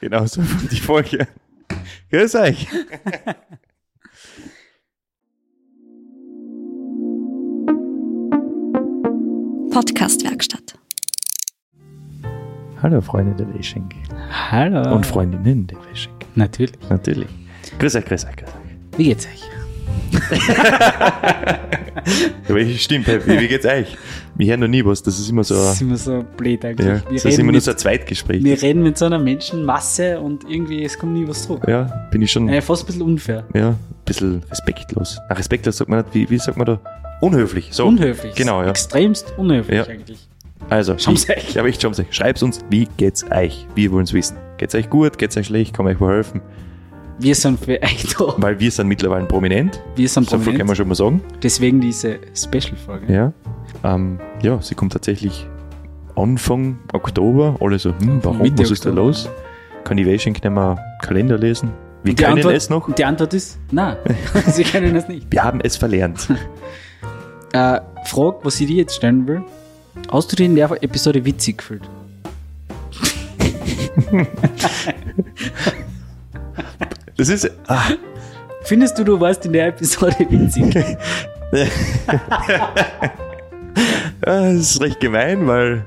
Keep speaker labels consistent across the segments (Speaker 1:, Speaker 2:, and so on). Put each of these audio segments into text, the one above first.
Speaker 1: Genau so wird die Folge. Grüß euch.
Speaker 2: Podcastwerkstatt.
Speaker 1: Hallo Freunde der Wishing.
Speaker 3: Hallo.
Speaker 1: Und Freundinnen der Wishing.
Speaker 3: Natürlich.
Speaker 1: Natürlich. Grüß euch, grüß euch, grüß
Speaker 3: Wie geht's euch?
Speaker 1: euch. Stimmt, Peppy, wie geht's euch? Wir hören noch nie was, das ist immer so.
Speaker 3: Das ist immer so blöd eigentlich.
Speaker 1: Ja,
Speaker 3: wir,
Speaker 1: das ist
Speaker 3: reden
Speaker 1: immer nur
Speaker 3: mit,
Speaker 1: so ein Zweitgespräch.
Speaker 3: wir reden mit so einer Menschenmasse und irgendwie, es kommt nie was zurück.
Speaker 1: ja, bin ich schon.
Speaker 3: Äh, fast ein bisschen unfair.
Speaker 1: Ja, ein bisschen respektlos. Na, respektlos sagt man nicht, wie, wie sagt man da? Unhöflich. So.
Speaker 3: unhöflich.
Speaker 1: Genau, ja.
Speaker 3: Extremst unhöflich
Speaker 1: Ja.
Speaker 3: eigentlich.
Speaker 1: Also,
Speaker 3: Schaum's euch.
Speaker 1: Ja, aber ich schaum's euch. Schreib's uns, wie geht's euch? Wir wollen's wissen. Geht's euch gut? Geht's euch schlecht? Kann man euch wohl helfen?
Speaker 3: Wir sind für euch da.
Speaker 1: Weil wir sind mittlerweile prominent.
Speaker 3: Wir sind
Speaker 1: So viel kann man
Speaker 3: prominent.
Speaker 1: schon mal sagen.
Speaker 3: Deswegen diese Special-Folge.
Speaker 1: Ja. Ähm, ja, sie kommt tatsächlich Anfang Oktober. Alle so, hm, warum?
Speaker 3: Mitte
Speaker 1: Was ist da
Speaker 3: Oktober.
Speaker 1: los? Kann die Wäsching nicht mehr Kalender lesen? Wir
Speaker 3: Und die
Speaker 1: können
Speaker 3: Antwort,
Speaker 1: es noch.
Speaker 3: Und die Antwort ist, nein, sie können es nicht.
Speaker 1: Wir haben es verlernt.
Speaker 3: Äh, Frage, was ich dir jetzt stellen will. Hast du dich in der Episode witzig gefühlt?
Speaker 1: Das ist. Ah,
Speaker 3: Findest du, du warst in der Episode witzig?
Speaker 1: das ist recht gemein, weil.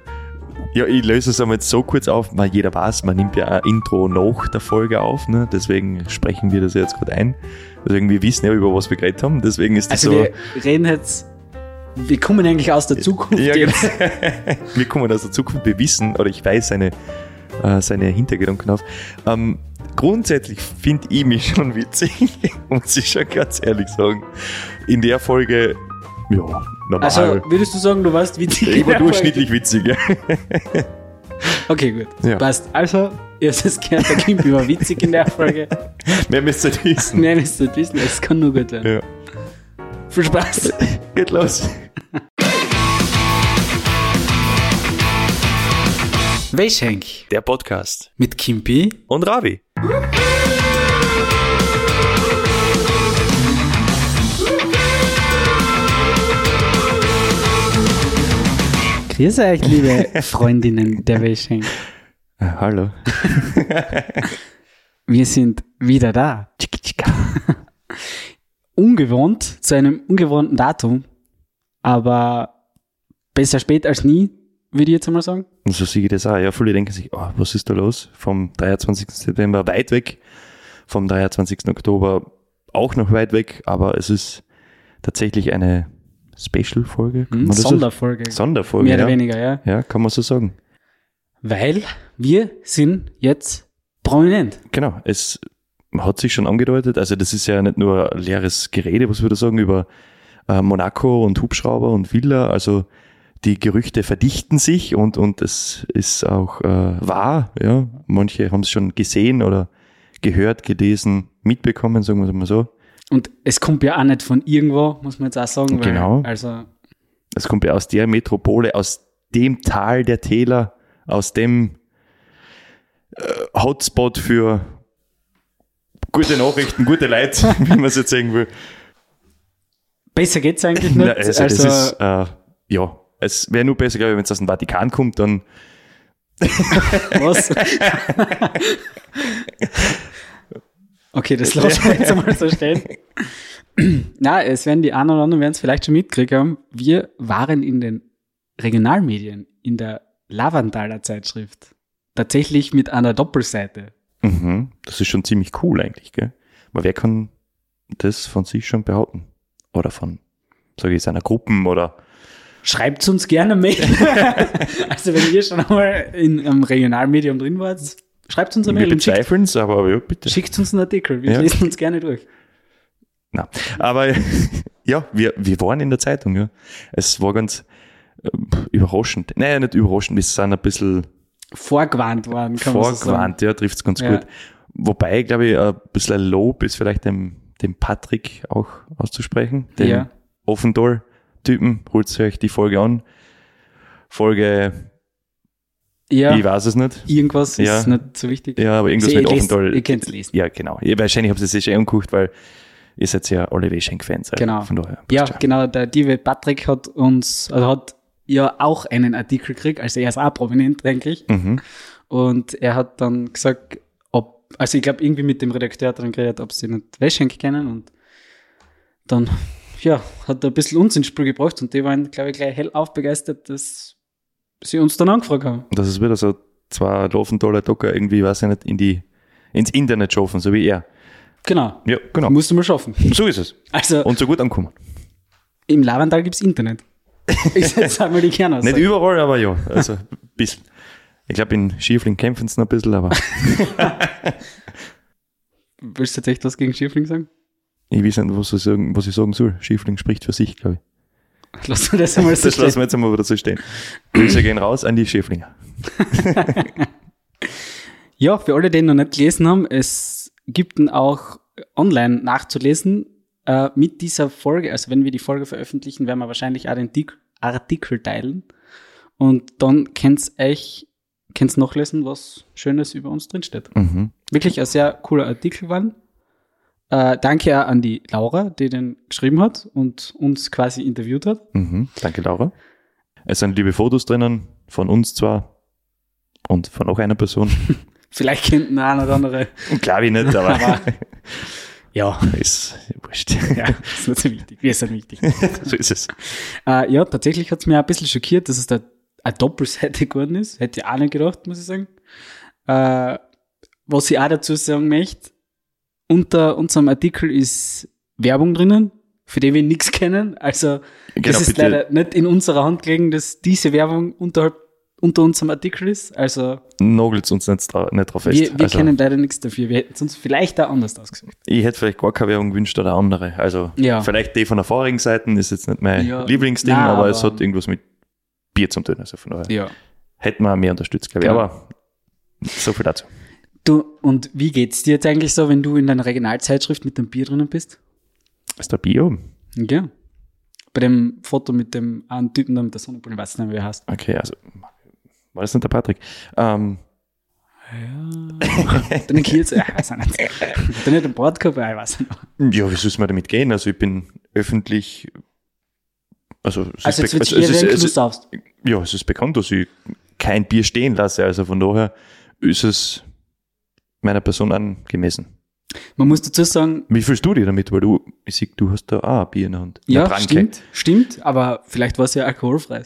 Speaker 1: Ja, ich löse es einmal jetzt so kurz auf, weil jeder weiß, man nimmt ja ein Intro nach der Folge auf, ne? deswegen sprechen wir das jetzt gerade ein. Deswegen, wir wissen ja, über was wir geredet haben, deswegen ist das
Speaker 3: Also
Speaker 1: so.
Speaker 3: wir reden jetzt, wir kommen eigentlich aus der Zukunft
Speaker 1: Ja, genau.
Speaker 3: jetzt.
Speaker 1: wir kommen aus der Zukunft, wir wissen, oder ich weiß seine, äh, seine Hintergedanken auf. Ähm, grundsätzlich finde ich mich schon witzig, muss ich schon ganz ehrlich sagen. In der Folge, ja, normal.
Speaker 3: Also würdest du sagen, du warst witzig? in der
Speaker 1: Überdurchschnittlich witzig, ja.
Speaker 3: Folge? Okay, gut.
Speaker 1: Ja.
Speaker 3: Passt. Also, ihr habt es gehört, der Kimpi war witzig in der Folge.
Speaker 1: Mehr müsst ihr wissen.
Speaker 3: Nein, es ist wissen, es kann nur gut werden.
Speaker 1: Ja.
Speaker 3: Viel Spaß.
Speaker 1: Geht los.
Speaker 3: Welchenk
Speaker 1: Der Podcast.
Speaker 3: mit Kimpi
Speaker 1: Und Ravi.
Speaker 3: Grüß euch, liebe Freundinnen der Wishing.
Speaker 1: Äh, Hallo.
Speaker 3: Wir sind wieder da. Ungewohnt, zu einem ungewohnten Datum, aber besser spät als nie, würde ich jetzt einmal sagen.
Speaker 1: Und so sehe ich das auch. Ja, viele denken sich, oh, was ist da los? Vom 23. September weit weg, vom 23. Oktober auch noch weit weg, aber es ist tatsächlich eine Special-Folge. kann man Mhm, das so-
Speaker 3: Hm, Mhm. Sonderfolge.
Speaker 1: Sonderfolge,
Speaker 3: Mehr oder
Speaker 1: ja.
Speaker 3: weniger, ja.
Speaker 1: ja, kann man so sagen.
Speaker 3: Weil wir sind jetzt prominent.
Speaker 1: Genau, es hat sich schon angedeutet. Also das ist ja nicht nur leeres Gerede, was würde ich sagen, über äh, Monaco und Hubschrauber und Villa. Also die Gerüchte verdichten sich und, und es ist auch äh, wahr. Ja? Manche haben es schon gesehen oder gehört, gelesen, mitbekommen, sagen wir es mal so.
Speaker 3: Und es kommt ja auch nicht von irgendwo, muss man jetzt auch sagen. Weil,
Speaker 1: Genau.
Speaker 3: Also
Speaker 1: Es kommt ja aus der Metropole, aus dem Tal der Täler, aus dem äh, Hotspot für gute Nachrichten, gute Leute, wie man es jetzt sagen will.
Speaker 3: besser geht's eigentlich nicht.
Speaker 1: Na, also,
Speaker 3: also
Speaker 1: das ist, äh, ja, es wäre nur besser, glaube ich, wenn es aus dem Vatikan kommt, dann,
Speaker 3: was? okay, das lassen wir jetzt einmal so stehen. Na, es werden die einen oder anderen werden es vielleicht schon mitgekriegt haben. Wir waren in den Regionalmedien, in der Lavandaler Zeitschrift, tatsächlich mit einer Doppelseite.
Speaker 1: mhm, das ist schon ziemlich cool eigentlich, gell? Aber wer kann das von sich schon behaupten? Oder von, sage ich, seiner Gruppen oder,
Speaker 3: Schreibt uns gerne Mail. also wenn ihr schon einmal in einem Regionalmedium drin wart, schreibt uns eine
Speaker 1: wir
Speaker 3: Mail und schickt,
Speaker 1: bezweifeln es, aber ja, bitte.
Speaker 3: schickt uns einen Artikel. Wir
Speaker 1: Ja.
Speaker 3: lesen uns gerne durch.
Speaker 1: Na, aber ja, wir, wir waren in der Zeitung, ja. Es war ganz äh, überraschend. Naja, nicht überraschend, wir sind ein bisschen
Speaker 3: Vorgewarnt worden, kann man so sagen.
Speaker 1: vorgewarnt, ja, trifft's ganz
Speaker 3: Ja.
Speaker 1: gut. Wobei, glaube ich, ein bisschen ein Lob ist vielleicht dem, dem Patrick auch auszusprechen, dem
Speaker 3: Ja.
Speaker 1: Offendoor-Typen. Holt euch die Folge an. Folge,
Speaker 3: Ja.
Speaker 1: ich weiß es nicht.
Speaker 3: Irgendwas
Speaker 1: Ja.
Speaker 3: ist nicht so wichtig.
Speaker 1: Ja, aber irgendwas
Speaker 3: Sie
Speaker 1: mit
Speaker 3: lest-
Speaker 1: Offendoor.
Speaker 3: Ihr könnt es lesen.
Speaker 1: Ja, genau. Ja, wahrscheinlich habt ihr es eh schon angeguckt, weil ihr seid ja alle Weschenk-Fans. Also
Speaker 3: Genau.
Speaker 1: Von daher.
Speaker 3: Ja,
Speaker 1: passt schon.
Speaker 3: genau. Der Dive Patrick hat uns, also hat ja auch einen Artikel gekriegt, also er ist auch prominent, denke ich.
Speaker 1: Mhm.
Speaker 3: Und er hat dann gesagt, ob, also ich glaube, irgendwie mit dem Redakteur dran geredet, ob sie nicht Wäschenk kennen. Und dann, ja, hat er ein bisschen uns ins Spiel gebracht und die waren, glaube ich, gleich hellauf begeistert, dass sie uns dann angefragt haben.
Speaker 1: Und das ist wieder so zwei Laufenthaler Docker irgendwie, weiß ich nicht, in die, ins Internet schaffen, so wie er.
Speaker 3: Genau.
Speaker 1: Ja, genau.
Speaker 3: Musst du mal schaffen.
Speaker 1: So ist es.
Speaker 3: Also
Speaker 1: Und so gut ankommen.
Speaker 3: im Lavantal gibt es Internet. Ich setze einmal die Kernaussage.
Speaker 1: Nicht überall, aber ja. Also ein bisschen. Ich glaube, in Schiefling kämpfen sie noch ein bisschen, aber
Speaker 3: Willst du jetzt echt was gegen Schiefling sagen?
Speaker 1: ich weiß nicht, was ich sagen, was ich sagen soll. Schiefling spricht für sich, glaube ich.
Speaker 3: Lass uns das einmal so
Speaker 1: Das lassen
Speaker 3: stehen.
Speaker 1: wir jetzt einmal wieder so stehen. Grüße gehen raus an die Schäflinger.
Speaker 3: Ja, für alle, die ihn noch nicht gelesen haben, es gibt ihn auch online nachzulesen äh, mit dieser Folge. Also wenn wir die Folge veröffentlichen, werden wir wahrscheinlich auch den Di- Artikel teilen. Und dann könnt's euch, könnt's noch lesen, was Schönes über uns drinsteht.
Speaker 1: Mhm.
Speaker 3: Wirklich ein sehr cooler Artikel war. Äh, danke auch an die Laura, die den geschrieben hat und uns quasi interviewt hat.
Speaker 1: Mhm. Danke, Laura. Es sind liebe Fotos drinnen, von uns zwar und von noch einer Person.
Speaker 3: Vielleicht könnten der eine oder andere.
Speaker 1: Glaube ich nicht, aber
Speaker 3: Aber ja,
Speaker 1: ist wurscht.
Speaker 3: ja, ist nicht so wichtig. Wir sind wichtig.
Speaker 1: so ist es.
Speaker 3: Äh, ja, tatsächlich hat's mir ein bisschen schockiert, dass es da eine Doppelseite geworden ist. Hätte ich auch nicht gedacht, muss ich sagen. Äh, was ich auch dazu sagen möchte, unter unserem Artikel ist Werbung drinnen, für die wir nichts kennen. Also
Speaker 1: Genau,
Speaker 3: das ist
Speaker 1: bitte
Speaker 3: leider nicht in unserer Hand gelegen, dass diese Werbung unterhalb unter unserem Artikel ist. Also
Speaker 1: nagelt uns nicht, dra nicht drauf fest.
Speaker 3: wir, wir
Speaker 1: also,
Speaker 3: kennen leider nichts dafür. Wir hätten es uns vielleicht auch anders ausgesucht.
Speaker 1: ich hätte vielleicht gar keine Werbung gewünscht oder andere. Also
Speaker 3: Ja.
Speaker 1: vielleicht die von der vorigen Seite ist jetzt nicht mein
Speaker 3: Ja.
Speaker 1: Lieblingsding,
Speaker 3: Nein,
Speaker 1: aber,
Speaker 3: aber-
Speaker 1: es hat irgendwas mit Bier zum tun. Also von daher
Speaker 3: Ja.
Speaker 1: hätten wir mehr unterstützt, glaube ich.
Speaker 3: Genau.
Speaker 1: Aber so viel dazu.
Speaker 3: Du, und wie geht's dir jetzt eigentlich so, wenn du in deiner Regionalzeitschrift mit dem Bier drinnen bist?
Speaker 1: Ist der Bier oben?
Speaker 3: Ja. Bei dem Foto mit dem einen Typen da mit der Sonnenbrille, ich weiß nicht, wie er heißt.
Speaker 1: Okay, also war das nicht der Patrick? Ähm,
Speaker 3: Ja. Dann Kiels, ich weiß auch nicht. Dann nicht den Bordkörper, ich weiß nicht.
Speaker 1: ja, wie soll es mir damit gehen? Also ich bin öffentlich, also es
Speaker 3: Also
Speaker 1: ist, bek-
Speaker 3: jetzt wird
Speaker 1: also es
Speaker 3: jeder
Speaker 1: ist,
Speaker 3: denken,
Speaker 1: es
Speaker 3: du
Speaker 1: ist,
Speaker 3: saufst.
Speaker 1: ja, es ist bekannt, dass ich kein Bier stehen lasse. Also von daher ist es meiner Person angemessen.
Speaker 3: Man muss dazu sagen,
Speaker 1: Wie fühlst du dich damit? Weil du, ich sehe, du hast da auch ein Bier in der Hand. Eine
Speaker 3: ja,
Speaker 1: Branke.
Speaker 3: stimmt, stimmt, aber vielleicht war es ja alkoholfrei.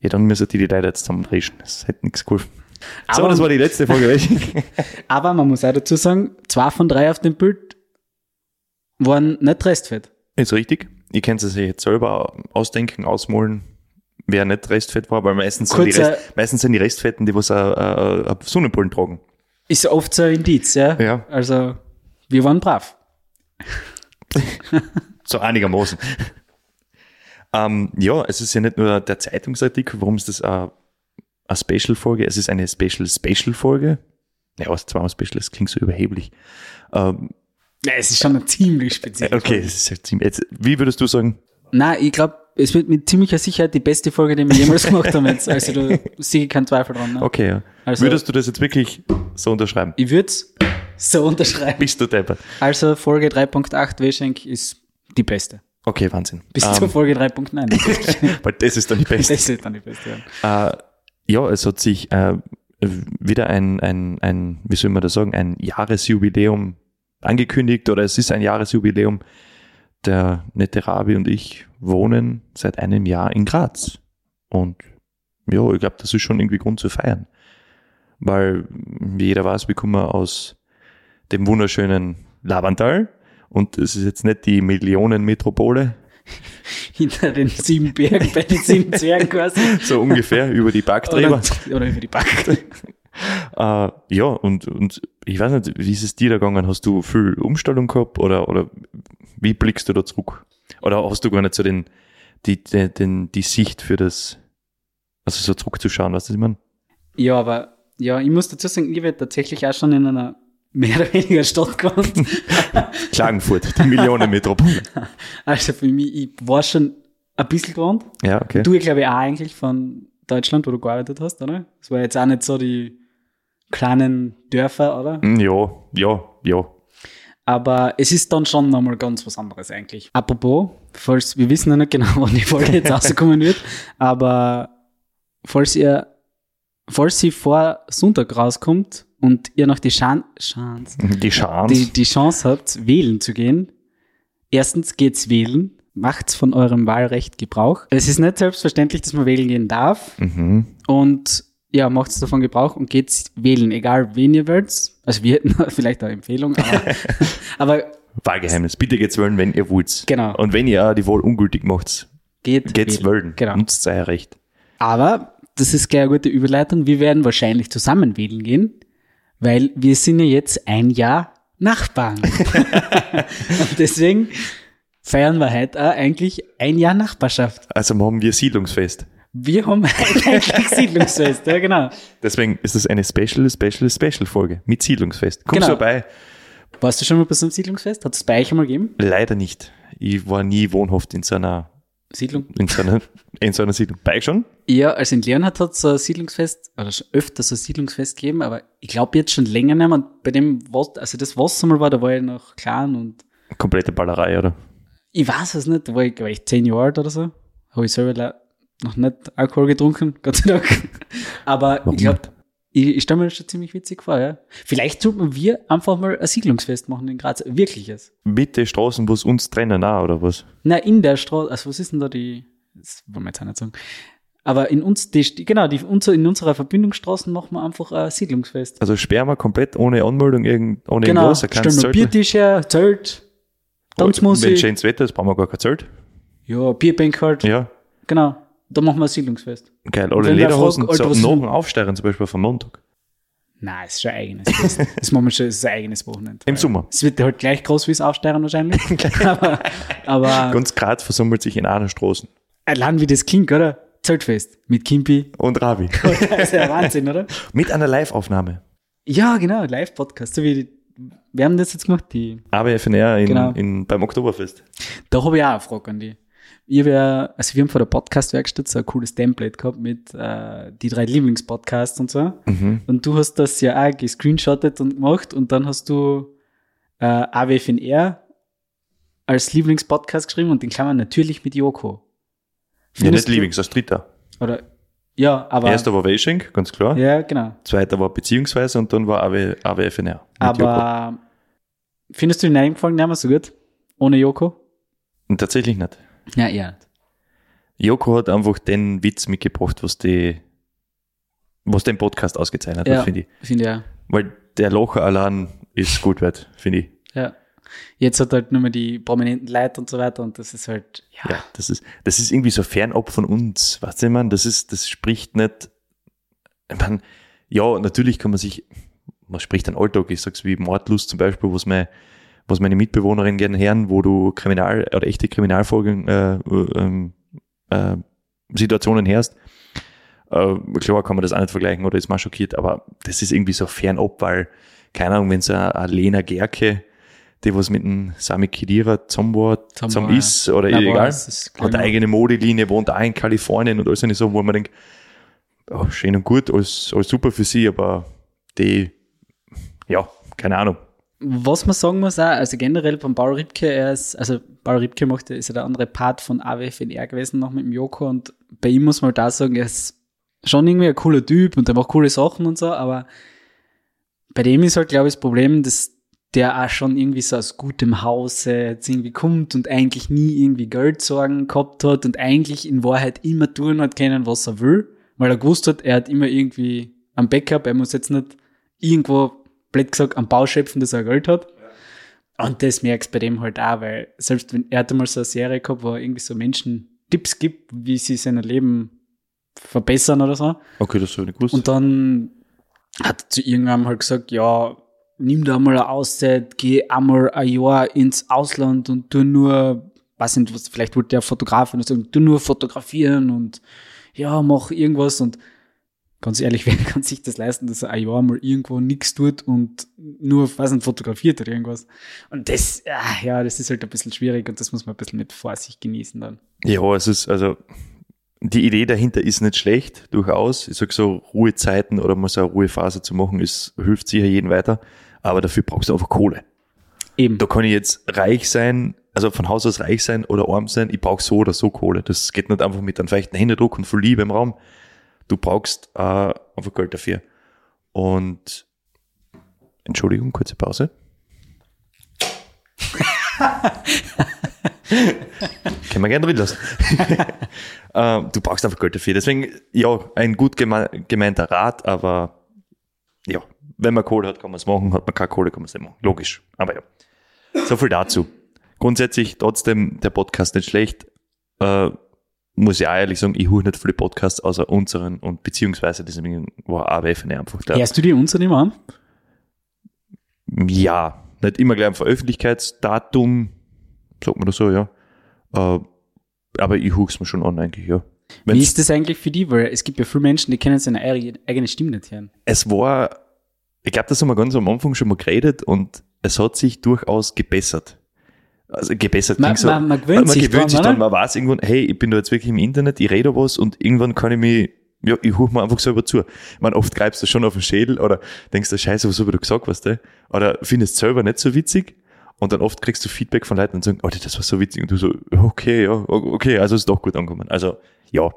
Speaker 1: Ja, dann müssen die die Leute jetzt zusammenrischen. Das hätte nichts geholfen. so,
Speaker 3: Aber-
Speaker 1: das war die letzte Folge. welche?
Speaker 3: Aber man muss auch dazu sagen, zwei von drei auf dem Bild waren nicht restfett.
Speaker 1: Ist richtig. Ihr könnt es sich jetzt selber ausdenken, ausmalen, wer nicht Restfett war, weil meistens, sind die,
Speaker 3: Kurzer-
Speaker 1: Rest, meistens sind die Restfetten, die was äh, äh, Sonnenbrillen tragen.
Speaker 3: Ist oft so ein Indiz, ja?
Speaker 1: Ja.
Speaker 3: Also, wir waren brav.
Speaker 1: So einigermaßen. ähm, ja, es ist ja nicht nur der Zeitungsartikel, warum ist das äh, eine Special-Folge? Es ist eine Special-Special-Folge. Ja, was zweimal Special, das klingt so überheblich. Ähm,
Speaker 3: Ja, es ist schon eine ziemlich spezielle
Speaker 1: okay, es ist ja ziemlich, jetzt, wie würdest du sagen?
Speaker 3: Nein, ich glaube, es wird mit ziemlicher Sicherheit die beste Folge, die wir jemals gemacht haben jetzt. Also da sehe ich keinen Zweifel dran. Ne?
Speaker 1: Okay, ja.
Speaker 3: Also-
Speaker 1: würdest du das jetzt wirklich so unterschreiben?
Speaker 3: Ich würde es so unterschreiben.
Speaker 1: Bist du deppert?
Speaker 3: Also Folge 3.8 Weschenk ist die beste.
Speaker 1: Okay, Wahnsinn.
Speaker 3: Bis zur Folge 3.9. natürlich.
Speaker 1: Weil das ist dann die Ähm. beste.
Speaker 3: das ist dann die beste. Ja.
Speaker 1: Äh, ja, es hat sich äh, wieder ein, ein, ein, wie soll man das sagen, ein Jahresjubiläum angekündigt oder es ist ein Jahresjubiläum. Der nette Rabi und ich wohnen seit einem Jahr in Graz. Und ja, ich glaube, das ist schon irgendwie Grund zu feiern. Weil, wie jeder weiß, wir kommen aus dem wunderschönen Lavantal und es ist jetzt nicht die Millionenmetropole,
Speaker 3: Hinter den sieben Bergen, bei den sieben Zwergen quasi.
Speaker 1: so ungefähr über die
Speaker 3: Oder,
Speaker 1: Parktreiber.
Speaker 3: oder über die Back.
Speaker 1: Äh, ja, und, und ich weiß nicht, wie ist es dir da gegangen? Hast du viel Umstellung gehabt oder, oder wie blickst du da zurück? Oder hast du gar nicht so den, die, die, den, die Sicht für das, also so zurückzuschauen, weißt du, was ich meine?
Speaker 3: Ja, aber ja, ich muss dazu sagen, ich werde tatsächlich auch schon in einer mehr oder weniger Stadt gewohnt.
Speaker 1: Klagenfurt, die Millionenmetropole.
Speaker 3: Also für mich, ich war schon ein bisschen gewohnt.
Speaker 1: Ja, okay.
Speaker 3: Du, ich glaube, auch eigentlich von Deutschland, wo du gearbeitet hast, oder? Das war jetzt auch
Speaker 1: Mhm.
Speaker 3: nicht so die kleinen Dörfer, oder?
Speaker 1: Mm, Hm, Ja, ja, ja.
Speaker 3: Aber es ist dann schon nochmal ganz was anderes eigentlich. Apropos, falls, wir wissen ja nicht genau, wann die Folge jetzt rauskommen wird, aber falls ihr, falls sie vor Sonntag rauskommt und ihr noch die Chan Chance,
Speaker 1: Die Chance.
Speaker 3: die, die Chance habt, wählen zu gehen, erstens geht's wählen, macht's von eurem Wahlrecht Gebrauch. Es ist nicht selbstverständlich, dass man wählen gehen darf,
Speaker 1: mhm.
Speaker 3: und ja, macht's davon Gebrauch und geht's wählen, egal wen ihr wählt. Also wir hätten vielleicht eine Empfehlung, aber, aber
Speaker 1: Wahlgeheimnis. Bitte geht's wählen, wenn ihr wollt.
Speaker 3: Genau.
Speaker 1: Und wenn ihr auch die Wahl ungültig macht,
Speaker 3: geht
Speaker 1: geht's wählen.
Speaker 3: Genau.
Speaker 1: Nutzt euer Recht.
Speaker 3: Aber das ist gleich eine gute Überleitung. Wir werden wahrscheinlich zusammen wählen gehen, weil wir sind ja jetzt ein Jahr Nachbarn. und deswegen feiern wir heute auch eigentlich ein Jahr Nachbarschaft.
Speaker 1: Also machen wir Siedlungsfest.
Speaker 3: Wir haben heute eigentlich Siedlungsfest, ja genau.
Speaker 1: Deswegen ist das eine Special, Special, Special Folge mit Siedlungsfest. Kommst
Speaker 3: Genau.
Speaker 1: vorbei?
Speaker 3: Warst du schon mal bei so einem Siedlungsfest? Hat es bei euch einmal gegeben?
Speaker 1: Leider nicht. Ich war nie wohnhaft in so einer,
Speaker 3: Siedlung?
Speaker 1: in so einer, in so einer Siedlung. Bei euch schon?
Speaker 3: Ja, also in Leonhardt hat es ein Siedlungsfest, oder schon öfter so ein Siedlungsfest gegeben, aber ich glaube jetzt schon länger nicht mehr. Und bei dem, was, also das, was einmal war, da war ich noch klein und
Speaker 1: Komplette Ballerei, oder?
Speaker 3: ich weiß es nicht, da war ich, glaub ich, zehn Jahre alt oder so. Habe ich selber le- noch nicht Alkohol getrunken, Gott sei Dank. Aber
Speaker 1: Warum
Speaker 3: ich glaube, ich, ich stelle mir das schon ziemlich witzig vor, ja. Vielleicht sollten wir einfach mal ein Siedlungsfest machen in Graz, ein wirkliches.
Speaker 1: Bitte Straßen, wo es uns trennen, auch, oder was?
Speaker 3: Na, in der Straße, also was ist denn da die, das wollen wir jetzt auch nicht sagen. Aber in uns, die, St- genau, die, unser, in unserer Verbindungsstraßen machen wir einfach ein Siedlungsfest.
Speaker 1: Also sperren wir komplett ohne Anmeldung, irgend, ohne
Speaker 3: Genau,
Speaker 1: irgendwas. kein
Speaker 3: stellen wir
Speaker 1: Zelt.
Speaker 3: Biertisch her, Zelt,
Speaker 1: Wenn
Speaker 3: Tanzmusik,
Speaker 1: schönes Wetter ist, brauchen wir gar kein Zelt.
Speaker 3: ja, Bierbänk halt,
Speaker 1: Ja,
Speaker 3: genau. Da machen wir ein Siedlungsfest.
Speaker 1: geil. Oder
Speaker 3: Wenn wer
Speaker 1: Lederhosen
Speaker 3: fragt, Alter,
Speaker 1: zum
Speaker 3: was ist
Speaker 1: Nogen
Speaker 3: denn-
Speaker 1: aufsteigen, zum Beispiel vom Montag.
Speaker 3: Nein, es ist schon ein eigenes Fest. Das machen wir schon, es ist ein eigenes Wochenende.
Speaker 1: Im Sommer.
Speaker 3: Es wird halt gleich groß wie das Aufsteigen wahrscheinlich. aber aber
Speaker 1: Ganz Graz versammelt sich in einer Straße.
Speaker 3: allein wie das klingt, oder? Zeltfest mit Kimpi.
Speaker 1: Und Ravi.
Speaker 3: Das ist ja Wahnsinn, oder?
Speaker 1: Mit einer Live-Aufnahme.
Speaker 3: Ja, genau, Live-Podcast. So wie die, wir haben das jetzt gemacht. Die,
Speaker 1: ABFNR in,
Speaker 3: Genau.
Speaker 1: in, beim Oktoberfest.
Speaker 3: da habe ich auch eine Frage an die. Ich hab ja, also wir haben vor der Podcast-Werkstatt so ein cooles Template gehabt mit äh, die drei Lieblingspodcasts und so.
Speaker 1: Mhm.
Speaker 3: Und du hast das ja auch gescreenshottet und gemacht und dann hast du äh, AWFNR als Lieblingspodcast geschrieben und in Klammern natürlich mit Joko.
Speaker 1: Ja,
Speaker 3: Findest
Speaker 1: nicht
Speaker 3: du-
Speaker 1: Lieblings, als dritter.
Speaker 3: Oder ja, aber
Speaker 1: Erster war Washing, ganz klar.
Speaker 3: ja, genau.
Speaker 1: Zweiter war Beziehungsweise und dann war AW, AWFNR. mit Joko.
Speaker 3: aber findest du den eingefallen nicht mehr so gut? Ohne Joko?
Speaker 1: Und tatsächlich nicht.
Speaker 3: Ja, ja.
Speaker 1: Joko hat einfach den Witz mitgebracht, was die, was den Podcast ausgezeichnet
Speaker 3: Ja.
Speaker 1: hat, finde ich.
Speaker 3: Finde ja.
Speaker 1: Weil der Locher allein ist gut wert, finde ich.
Speaker 3: Ja. Jetzt hat halt nur mehr die prominenten Leute und so weiter und das ist halt ja.
Speaker 1: Ja, das ist, das ist irgendwie so fernab von uns. Weißt du, man, das ist, das spricht nicht, ich mein, ja, natürlich kann man sich, man spricht an Alltag, ich sag's wie Mordlust zum Beispiel, was mein, was meine Mitbewohnerin gerne hören, wo du Kriminal oder echte Kriminalfolgen, äh, ähm, äh, Situationen hörst. Äh, klar kann man das auch nicht vergleichen oder ist man schockiert, aber das ist irgendwie so fernab, weil, keine Ahnung, wenn es eine Lena Gerke, die was mit dem Sami Khedira zusammen war,
Speaker 3: Zusammen
Speaker 1: zusammen
Speaker 3: war, ja.
Speaker 1: ist oder
Speaker 3: Na, boah,
Speaker 1: egal,
Speaker 3: das ist
Speaker 1: hat eine
Speaker 3: klar.
Speaker 1: eigene Modelinie, wohnt auch in Kalifornien und alles eine so, wo man denkt, oh, schön und gut, alles, alles super für sie, aber die, ja, keine Ahnung.
Speaker 3: Was man sagen muss auch, also generell beim Paul Ripke, er ist, also Paul Ripke macht, ist ja der andere Part von AWFNR gewesen, noch mit dem Joko und bei ihm muss man da sagen, er ist schon irgendwie ein cooler Typ und er macht coole Sachen und so, aber bei dem ist halt, glaube ich, das Problem, dass der auch schon irgendwie so aus gutem Hause jetzt irgendwie kommt und eigentlich nie irgendwie Geldsorgen gehabt hat und eigentlich in Wahrheit immer tun hat können, was er will, weil er gewusst hat, er hat immer irgendwie am Backup, er muss jetzt nicht irgendwo, blöd gesagt, am Bau schöpfen, dass er Geld hat. Und das merkst du bei dem halt auch, weil selbst wenn er hat einmal so eine Serie gehabt, wo er irgendwie so Menschen Tipps gibt, wie sie sein Leben verbessern oder so.
Speaker 1: Okay, das habe ich nicht gewusst.
Speaker 3: Und dann hat er zu irgendeinem halt gesagt, ja, nimm da mal eine Auszeit, geh einmal ein Jahr ins Ausland und tu nur, weiß nicht, was, vielleicht wollte der Fotograf und sagen, tu nur fotografieren und ja, mach irgendwas und ganz ehrlich, wer kann sich das leisten, dass er ein Jahr mal irgendwo nichts tut und nur, weiß nicht, fotografiert oder irgendwas. Und das, ah, ja, das ist halt ein bisschen schwierig und das muss man ein bisschen mit Vorsicht genießen dann.
Speaker 1: Ja, es ist, also die Idee dahinter ist nicht schlecht, durchaus. Ich sag so, Ruhezeiten oder mal so eine Ruhephase zu machen, ist, hilft sicher jedem weiter. Aber dafür brauchst du einfach Kohle.
Speaker 3: Eben.
Speaker 1: Da kann ich jetzt reich sein, also von Haus aus reich sein oder arm sein. Ich brauche so oder so Kohle. Das geht nicht einfach mit einem feuchten Händedruck und viel Liebe im Raum. Du brauchst äh, einfach Geld dafür. Und Entschuldigung, kurze Pause. Können wir gerne drin lassen. äh, du brauchst einfach Geld dafür. Deswegen, ja, ein gut geme gemeinter Rat, aber ja, wenn man Kohle hat, kann man es machen. Hat man keine Kohle, kann man es nicht machen. Logisch. Aber ja. So viel dazu. Grundsätzlich trotzdem der Podcast nicht schlecht. Äh, muss ich auch ehrlich sagen, ich höre nicht viele Podcasts außer unseren und beziehungsweise deswegen war AWF nicht einfach da.
Speaker 3: Hörst du dir unsere immer an?
Speaker 1: Ja, nicht immer gleich am Veröffentlichkeitsdatum, sagt man das so, ja. Äh, aber ich höre es mir schon an eigentlich, ja.
Speaker 3: Wie
Speaker 1: Wenn's-
Speaker 3: ist das eigentlich für die? Weil es gibt ja viele Menschen, die kennen seine eig- eigene Stimme nicht hören.
Speaker 1: es war, ich glaube, das haben wir ganz am Anfang schon mal geredet und es hat sich durchaus gebessert. Also gebessert
Speaker 3: Man-
Speaker 1: klingt so.
Speaker 3: man- man gewöhnt sich dran,
Speaker 1: sich
Speaker 3: oder?
Speaker 1: dran, man weiß irgendwann, hey, ich bin da jetzt wirklich im Internet, ich rede da was und irgendwann kann ich mich, ja, ich hole mir einfach selber zu. Ich meine, oft greifst du schon auf den Schädel oder denkst du, scheiße, was hab ich da gesagt, weißt du? Oder findest selber nicht so witzig und dann oft kriegst du Feedback von Leuten und sagen, oh, das war so witzig und du so, okay, ja, okay, also ist doch gut angekommen. Also, ja.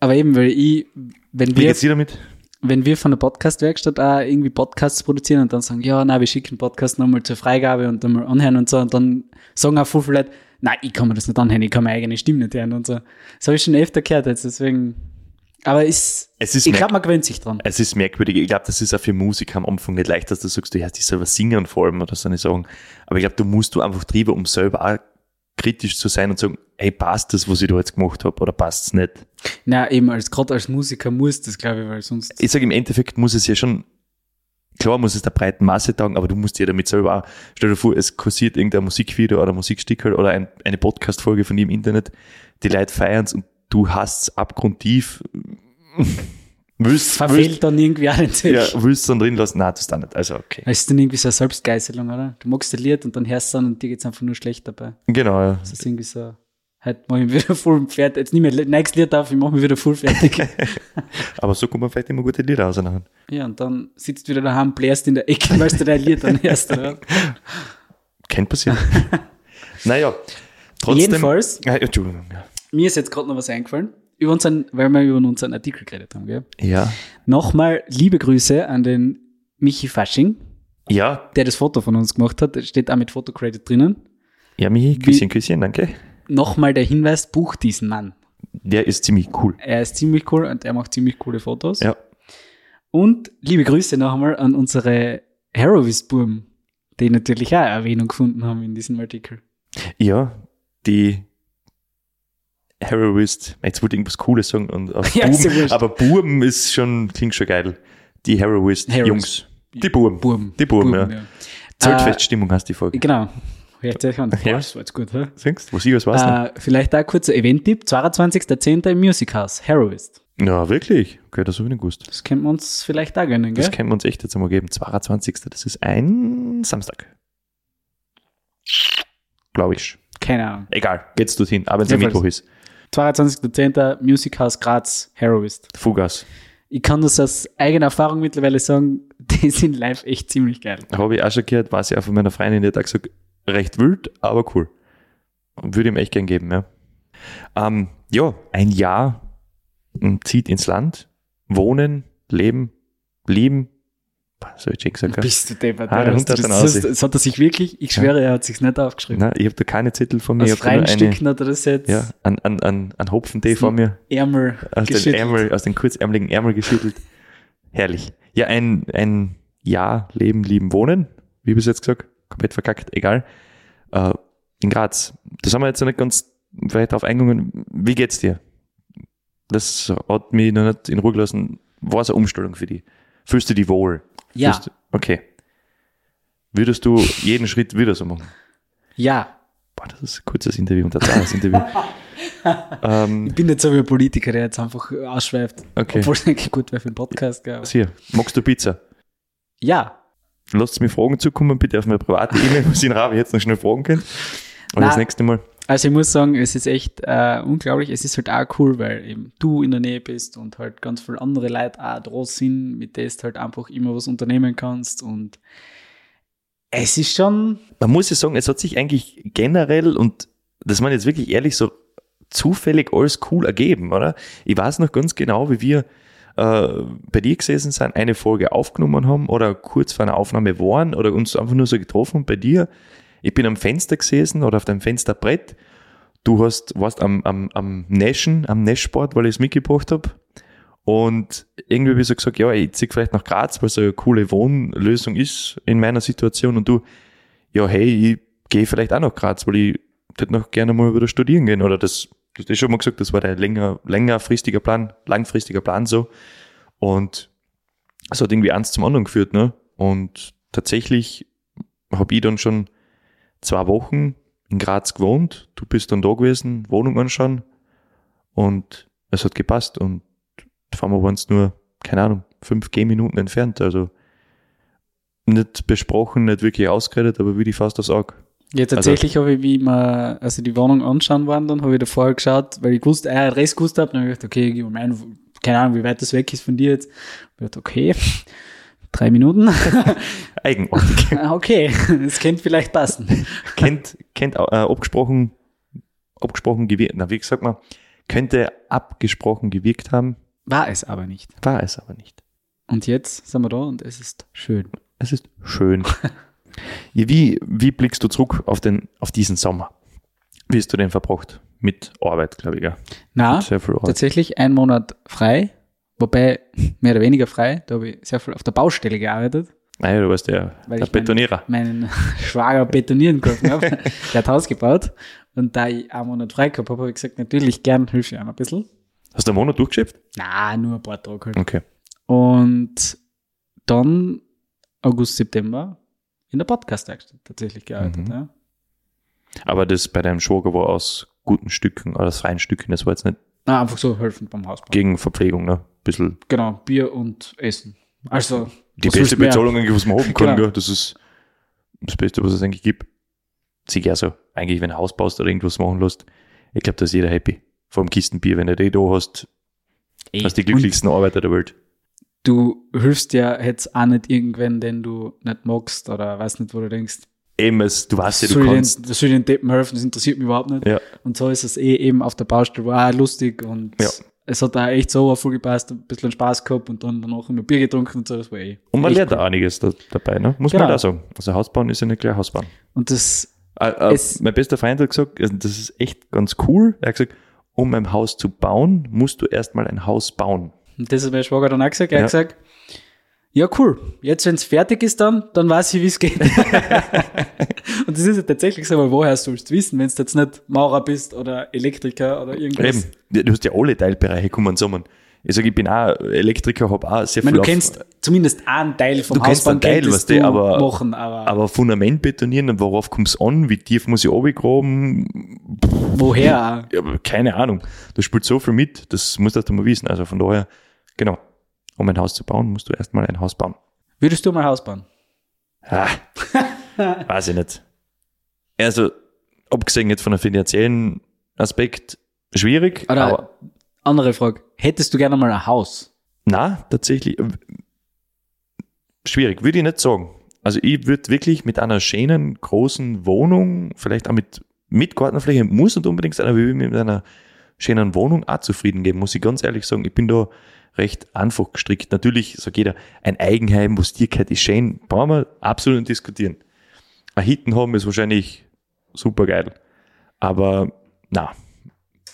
Speaker 3: Aber eben, weil ich, wenn
Speaker 1: Wie
Speaker 3: wir,
Speaker 1: geht's dir damit?
Speaker 3: wenn wir von der Podcast-Werkstatt auch irgendwie Podcasts produzieren und dann sagen, ja, na, wir schicken den Podcast nochmal zur Freigabe und dann mal anhören und so und dann sagen auch viele Leute, nein, ich kann mir das nicht anhören, ich kann meine eigene Stimme nicht hören und so. Das habe ich schon öfter gehört jetzt, deswegen. Aber ist,
Speaker 1: Es ist Äh.
Speaker 3: ich
Speaker 1: merk-
Speaker 3: glaube, man gewöhnt sich dran.
Speaker 1: Es ist merkwürdig. Ich glaube, das ist auch für Musik am Anfang nicht leicht, dass du sagst, du hörst dich selber singen vor allem oder so eine Sachen. Aber ich glaube, du musst du einfach drüber, um selber auch kritisch zu sein und sagen, hey, passt das, was ich da jetzt gemacht habe oder passt's nicht?
Speaker 3: Na, eben als, gerade als Musiker muss das, glaube ich, weil sonst.
Speaker 1: Ich sage, im Endeffekt muss es ja schon, klar muss es der breiten Masse taugen, aber du musst ja damit selber auch, stell dir vor, es kursiert irgendein Musikvideo oder Musikstickerl oder ein, eine Podcast-Folge von dir im Internet, die Leute feiern's und du hast's abgrundtief. Willst,
Speaker 3: verfehlt dann irgendwie auch den Tisch.
Speaker 1: willst, ja, willst dann drin lassen? Nein, das dann nicht. Also, okay.
Speaker 3: Das ist dann irgendwie so eine Selbstgeißelung, oder? Du magst das Lied und dann hörst du es an und dir geht's einfach nur schlecht dabei.
Speaker 1: Genau, ja.
Speaker 3: Das ist irgendwie so, heute mach ich mich wieder voll fertig, jetzt nicht mehr le- nächstes Lied auf, ich mach mich wieder voll fertig.
Speaker 1: Aber so kommt man vielleicht immer gute Lieder auseinanderhauen.
Speaker 3: ja, und dann sitzt du wieder daheim, blärst in der Ecke, weil du dein Lied dann hörst, oder?
Speaker 1: Kann passieren. naja, trotzdem.
Speaker 3: Jedenfalls,
Speaker 1: Ah, Entschuldigung. ja.
Speaker 3: mir ist jetzt gerade noch was eingefallen, über unseren, weil wir über unseren Artikel geredet haben, gell?
Speaker 1: Ja.
Speaker 3: Nochmal liebe Grüße an den Michi Fasching,
Speaker 1: Ja,
Speaker 3: der das Foto von uns gemacht hat, das steht auch mit Fotocredit drinnen.
Speaker 1: ja, Michi, Küsschen, Küsschen, danke.
Speaker 3: Nochmal der Hinweis, buch diesen Mann.
Speaker 1: Der ist ziemlich cool.
Speaker 3: Er ist ziemlich cool und er macht ziemlich coole Fotos.
Speaker 1: Ja.
Speaker 3: Und liebe Grüße nochmal an unsere Harrowies-Burm, die natürlich auch Erwähnung gefunden haben in diesem Artikel.
Speaker 1: Ja, die Heroist, jetzt wollte ich irgendwas Cooles sagen, und auf
Speaker 3: Ja, ist ja
Speaker 1: Buben,
Speaker 3: wurscht.
Speaker 1: aber Burm ist schon, klingt schon geil. Die Heroist,
Speaker 3: Heroist.
Speaker 1: Jungs. Die Burm.
Speaker 3: Burm.
Speaker 1: Die Burm, ja. Zeltfeststimmung hast die
Speaker 3: Äh,
Speaker 1: Folge.
Speaker 3: genau. Hört euch an.
Speaker 1: Ja.
Speaker 3: Ja. Das war jetzt gut, hä?
Speaker 1: Singst? Was ich was weiß ne?
Speaker 3: Äh, vielleicht auch ein kurzer Event-Tipp. 22.10. im Music House. Harrowist.
Speaker 1: nicht. Ja, wirklich. Okay, das habe ich nicht gewusst.
Speaker 3: Das können wir uns vielleicht auch gönnen,
Speaker 1: Das
Speaker 3: gell?
Speaker 1: können wir uns echt jetzt einmal geben. 22. Das ist ein Samstag. Glaube ich.
Speaker 3: Keine Ahnung.
Speaker 1: Egal, geht's dorthin, auch wenn es ein
Speaker 3: Jedenfalls.
Speaker 1: Mittwoch ist.
Speaker 3: 22.10. Music House Graz. Harrowist.
Speaker 1: Fugas.
Speaker 3: Ich kann das aus eigener Erfahrung mittlerweile sagen, die sind live echt ziemlich geil.
Speaker 1: Habe ich auch schon gehört, war sie auch von meiner Freundin, die hat auch gesagt, recht wild, aber cool. Würde ihm echt gern geben, ja. Ähm, ja, ein Jahr ähm, zieht ins Land, wohnen, leben, lieben. Boah, Das habe ich schon gesagt. gell?
Speaker 3: Bist du deppert.
Speaker 1: Ah, der
Speaker 3: Alter,
Speaker 1: Hund
Speaker 3: hast du
Speaker 1: hat
Speaker 3: das,
Speaker 1: einen
Speaker 3: das,
Speaker 1: Aussicht.
Speaker 3: das hat er sich wirklich, ich schwöre, er hat sich nicht aufgeschrieben.
Speaker 1: Nein, ich habe da keine Zettel von mir.
Speaker 3: Aus
Speaker 1: ich habe da
Speaker 3: freien
Speaker 1: nur eine,
Speaker 3: Stücken hat er das jetzt
Speaker 1: ja, an, an, an, an Hopfentee
Speaker 3: Ist
Speaker 1: vor mir.
Speaker 3: Ärmel
Speaker 1: aus den,
Speaker 3: geschüttelt.
Speaker 1: Ärmel, aus den kurzärmeligen Ärmel geschüttelt. Herrlich. Ja, ein, ein Ja, Leben, Lieben, Wohnen, wie bis jetzt gesagt, komplett verkackt, egal. Äh, in Graz. Das haben wir jetzt noch nicht ganz weit darauf eingegangen. Wie geht's dir? Das hat mich noch nicht in Ruhe gelassen. War es eine Umstellung für dich? Fühlst du dich wohl?
Speaker 3: Ja,
Speaker 1: Fühlst du, okay. Würdest du jeden Schritt wieder so machen?
Speaker 3: ja.
Speaker 1: Boah, das ist ein kurzes Interview und ein langes Interview. ähm,
Speaker 3: Ich bin nicht so wie ein Politiker, der jetzt einfach ausschweift,
Speaker 1: okay.
Speaker 3: obwohl es eigentlich gut wäre für den Podcast. Gell? aber-
Speaker 1: Hier, magst du Pizza?
Speaker 3: Ja,
Speaker 1: lasst mir Fragen zukommen, bitte auf meine private E-Mail, was ich in Ravi jetzt noch schnell fragen kann. Und das
Speaker 3: Nein.
Speaker 1: nächste Mal.
Speaker 3: also ich muss sagen, es ist echt äh, unglaublich. Es ist halt auch cool, weil eben du in der Nähe bist und halt ganz viele andere Leute auch da sind, mit denen du halt einfach immer was unternehmen kannst und Es ist schon.
Speaker 1: Man muss ja sagen, es hat sich eigentlich generell und dass man jetzt wirklich ehrlich so zufällig alles cool ergeben, oder? Ich weiß noch ganz genau, wie wir äh, bei dir gesessen sind, eine Folge aufgenommen haben oder kurz vor einer Aufnahme waren oder uns einfach nur so getroffen bei dir. Ich bin am Fenster gesessen oder auf dem Fensterbrett. Du hast, warst am, am, am Naschen, am Nashboard, weil ich es mitgebracht habe. Und irgendwie habe ich so gesagt, ja, ich ziehe vielleicht nach Graz, weil es eine coole Wohnlösung ist in meiner Situation. Und du, ja, hey, ich gehe vielleicht auch nach Graz, weil ich dort noch gerne mal wieder studieren gehen. Oder das, das ist schon mal gesagt, das war der länger, längerfristiger Plan, langfristiger Plan so. Und es hat irgendwie eins zum anderen geführt, ne? Und tatsächlich habe ich dann schon zwei Wochen in Graz gewohnt. Du bist dann da gewesen, Wohnung anschauen. Und es hat gepasst. Und vor allem waren es nur, keine Ahnung, fünf Gehminuten entfernt. Also nicht besprochen, nicht wirklich ausgeredet, aber würde ich fast das auch.
Speaker 3: Ja, tatsächlich habe ich, wie wir also die Wohnung anschauen waren, dann habe ich da vorher geschaut, weil ich wusste, eine Adresse gewusst habe, dann habe ich gedacht, okay, ich meine, keine Ahnung, wie weit das weg ist von dir jetzt. Ich habe gedacht, okay, drei Minuten. Ah,
Speaker 1: Eigenartig.
Speaker 3: okay, das könnte vielleicht passen.
Speaker 1: kennt, kennt, äh, abgesprochen, abgesprochen gewirkt, na, wie gesagt mal, könnte abgesprochen gewirkt haben.
Speaker 3: War es aber nicht.
Speaker 1: War es aber nicht.
Speaker 3: Und jetzt sind wir da und es ist schön.
Speaker 1: Es ist schön. Ja, wie, wie blickst du zurück auf, den, auf diesen Sommer? Wie hast du den verbracht? Mit Arbeit, glaube ich, ja.
Speaker 3: Na,
Speaker 1: Mit sehr viel Arbeit.
Speaker 3: tatsächlich ein Monat frei, wobei mehr oder weniger frei, da habe ich sehr viel auf der Baustelle gearbeitet,
Speaker 1: Naja, Ah du warst der,
Speaker 3: Weil
Speaker 1: der
Speaker 3: ich mein-
Speaker 1: Betonierer.
Speaker 3: meinen Schwager betonieren geholfen habe, der hat Haus gebaut und da ich einen Monat frei gehabt habe, habe ich gesagt, natürlich gern hilf ich einem ein bisschen.
Speaker 1: Hast du einen Monat durchgeschäft?
Speaker 3: Na, nur ein paar Tage halt.
Speaker 1: Okay.
Speaker 3: Und dann August, September in der Podcast-Werkstatt tatsächlich gearbeitet.
Speaker 1: Mhm.
Speaker 3: Ja.
Speaker 1: Aber das bei deinem Schwager war aus guten Stücken oder aus freien Stücken. Das war jetzt nicht
Speaker 3: Na, einfach so helfen beim Hausbau.
Speaker 1: gegen Verpflegung, ne? Ein bisschen
Speaker 3: genau, Bier und Essen. Also,
Speaker 1: die
Speaker 3: was willst
Speaker 1: beste
Speaker 3: du mehr?
Speaker 1: Bezahlung, eigentlich, was man haben kann.
Speaker 3: Genau.
Speaker 1: gell? Das ist das Beste, was es eigentlich gibt. Sieg ja so. Eigentlich, wenn du ein Haus baust oder irgendwas machen lässt, ich glaube, da ist jeder happy. Vor allem Kistenbier, wenn du die da hast, hast du die glücklichsten Arbeiter der Welt.
Speaker 3: du hilfst ja jetzt auch nicht irgendwen, den du nicht magst oder weiß nicht, wo du denkst,
Speaker 1: Eben, es, du weißt ja, du
Speaker 3: soll, ich
Speaker 1: kannst.
Speaker 3: den, soll ich den Deppen helfen, das interessiert mich überhaupt nicht.
Speaker 1: Ja.
Speaker 3: Und so ist es eh eben auf der Baustelle, war auch lustig und
Speaker 1: Ja.
Speaker 3: es hat da echt so voll gepasst, ein bisschen Spaß gehabt und dann danach immer Bier getrunken und so, das war eh.
Speaker 1: Und man
Speaker 3: echt
Speaker 1: lernt
Speaker 3: cool.
Speaker 1: auch einiges da, dabei, ne? Muss man
Speaker 3: Genau.
Speaker 1: da sagen. Also Hausbauen ist ja nicht gleich Hausbauen.
Speaker 3: Und das,
Speaker 1: Äh, äh,
Speaker 3: Es-
Speaker 1: mein bester Freund hat gesagt, also das ist echt ganz cool. Er hat gesagt, um ein Haus zu bauen, musst du erstmal ein Haus bauen.
Speaker 3: und das hat mein Schwager dann auch gesagt, er
Speaker 1: Ja.
Speaker 3: hat gesagt, ja cool, jetzt wenn es fertig ist dann, dann weiß ich, wie es geht. und das ist ja tatsächlich so, weil woher sollst du wissen, wenn du jetzt nicht Maurer bist oder Elektriker oder irgendwas.
Speaker 1: Eben, du du hast ja alle Teilbereiche kommen zusammen. Ich sage, ich bin auch Elektriker, habe auch sehr
Speaker 3: Ich
Speaker 1: viel
Speaker 3: meine, du
Speaker 1: auf-
Speaker 3: kennst zumindest einen Teil vom
Speaker 1: Du kennst
Speaker 3: Hausbau,
Speaker 1: einen Teil,
Speaker 3: könntest
Speaker 1: was die,
Speaker 3: du
Speaker 1: aber-
Speaker 3: machen, aber,
Speaker 1: aber Fundament betonieren und worauf kommt's an, wie tief muss ich runtergraben,
Speaker 3: woher? auch?
Speaker 1: ja, aber keine Ahnung. Das spielt so viel mit, das musst du erst mal wissen. Also von daher, genau, um ein Haus zu bauen, musst du erstmal ein Haus bauen.
Speaker 3: Würdest du mal Haus bauen?
Speaker 1: Ah, weiß ich nicht. Also, abgesehen jetzt von einem finanziellen Aspekt, schwierig.
Speaker 3: Oder
Speaker 1: aber
Speaker 3: andere Frage, hättest du gerne mal ein Haus?
Speaker 1: na, tatsächlich. äh, Schwierig, würde ich nicht sagen. Also, ich würde wirklich mit einer schönen, großen Wohnung, vielleicht auch mit, mit Gartenfläche, muss nicht unbedingt sein, aber ich würde mich mit einer schönen Wohnung auch zufrieden geben, muss ich ganz ehrlich sagen. Ich bin da recht einfach gestrickt. Natürlich sagt jeder, ein Eigenheim, was dir gehört, ist schön, brauchen wir absolut nicht diskutieren. Ein Hitten haben ist wahrscheinlich super geil. Aber, na.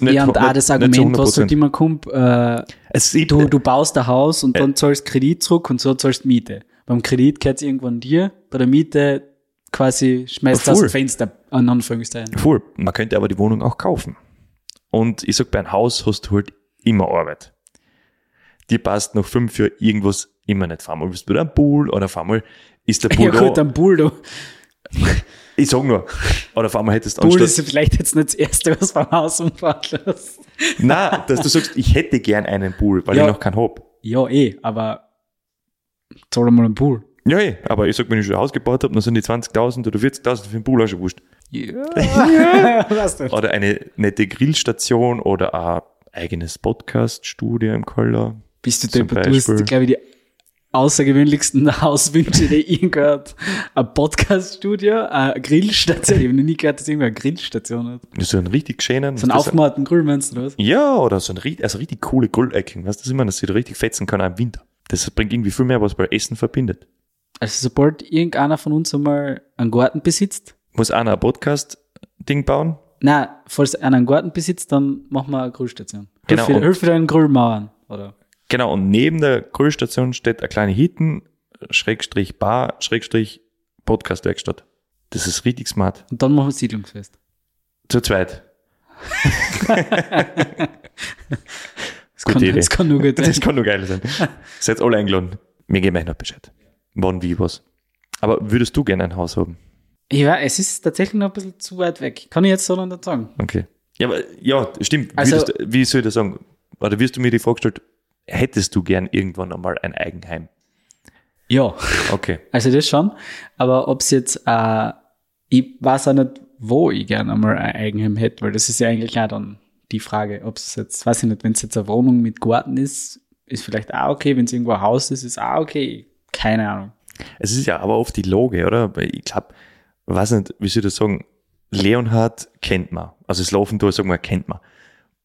Speaker 1: Nicht-
Speaker 3: ja, und auch
Speaker 1: nicht- nicht
Speaker 3: das
Speaker 1: zu
Speaker 3: Argument, was
Speaker 1: 100%.
Speaker 3: halt immer kommt, äh,
Speaker 1: es sieht,
Speaker 3: du, du baust ein Haus und
Speaker 1: Äh.
Speaker 3: dann zahlst Kredit zurück und so zahlst Miete. Beim Kredit gehört irgendwann dir, bei der Miete quasi schmeißt
Speaker 1: Ja,
Speaker 3: das
Speaker 1: voll.
Speaker 3: Fenster an Anführungszeichen.
Speaker 1: Voll. Man könnte aber die Wohnung auch kaufen. Und ich sag, bei einem Haus hast du halt immer Arbeit. Dir passt nach fünf Jahren irgendwas immer nicht. Fahr mal bist du wieder am Pool oder fahr mal ist der
Speaker 3: Ja
Speaker 1: Pool
Speaker 3: gut,
Speaker 1: da.
Speaker 3: am Pool, du.
Speaker 1: Ich sag nur. Oder fahr mal hättest
Speaker 3: Pool
Speaker 1: anstatt.
Speaker 3: ist vielleicht jetzt nicht das Erste, was beim Haus umfahrt lässt.
Speaker 1: Nein, dass du sagst, ich hätte gern einen Pool, weil
Speaker 3: Ja.
Speaker 1: ich noch keinen hab.
Speaker 3: Ja, eh, aber zahl mal einen Pool.
Speaker 1: Ja, eh, aber ich sag, wenn ich schon ein Haus gebaut habe, dann sind die 20.000 oder 40.000 für den Pool auch schon wurscht.
Speaker 3: Ja. Weißt du.
Speaker 1: Oder eine nette Grillstation oder ein eigenes Podcast-Studio im Keller.
Speaker 3: Bist du
Speaker 1: Zum
Speaker 3: deppert? Du hast,
Speaker 1: Beispiel.
Speaker 3: glaube ich, die außergewöhnlichsten Hauswünsche, die ich gehört Ein Podcast-Studio, eine Grillstation. Ich habe noch nie gehört, dass irgendwer eine Grillstation hat.
Speaker 1: So einen richtig schönen.
Speaker 3: So einen
Speaker 1: das-
Speaker 3: aufgemalten Grill, meinst du, oder was?
Speaker 1: Ja, oder so ein richtig, also richtig coole Goldecken. Weißt du, das immer, dass sie da richtig fetzen kann auch im Winter. Das bringt irgendwie viel mehr, was bei Essen verbindet.
Speaker 3: Also, sobald irgendeiner von uns einmal einen Garten besitzt,
Speaker 1: Muss einer ein Podcast-Ding bauen?
Speaker 3: na, falls einer einen Garten besitzt, dann machen wir eine Grillstation.
Speaker 1: Genau,
Speaker 3: Hilf, wieder,
Speaker 1: und-
Speaker 3: hilf wieder einen Grill mauern, oder?
Speaker 1: Genau, und neben der Grillstation steht eine kleine Hitten, Schrägstrich Bar, Schrägstrich Podcast-Werkstatt. Das ist richtig smart.
Speaker 3: Und dann machen wir Siedlungsfest.
Speaker 1: Zu zweit.
Speaker 3: Das
Speaker 1: Gute
Speaker 3: kann,
Speaker 1: Idee.
Speaker 3: das kann nur gut
Speaker 1: Das
Speaker 3: sein.
Speaker 1: kann nur geil sein. Seid alle eingeladen. Mir geben euch noch Bescheid. Wann, wie, was. Aber würdest du gerne ein Haus haben?
Speaker 3: Ja, es ist tatsächlich noch ein bisschen zu weit weg. Kann ich jetzt so noch nicht sagen.
Speaker 1: Okay. Ja, aber, ja stimmt.
Speaker 3: Also-
Speaker 1: würdest, du- wie soll ich das sagen? Oder wirst du mir die Frage gestellt, hättest du gern irgendwann einmal ein Eigenheim?
Speaker 3: Ja.
Speaker 1: Okay.
Speaker 3: Also das schon. Aber ob es jetzt, äh, ich weiß auch nicht, wo ich gerne einmal ein Eigenheim hätte, weil das ist ja eigentlich auch dann die Frage, ob es jetzt, weiß ich nicht, wenn es jetzt eine Wohnung mit Garten ist, ist vielleicht auch okay, wenn es irgendwo ein Haus ist, ist auch okay. Keine Ahnung.
Speaker 1: Es ist ja aber oft die Lage, oder? Weil Ich glaube, weiß nicht, wie soll ich das sagen? Leonhard kennt man. Also das Laufen da, sagen wir, kennt man.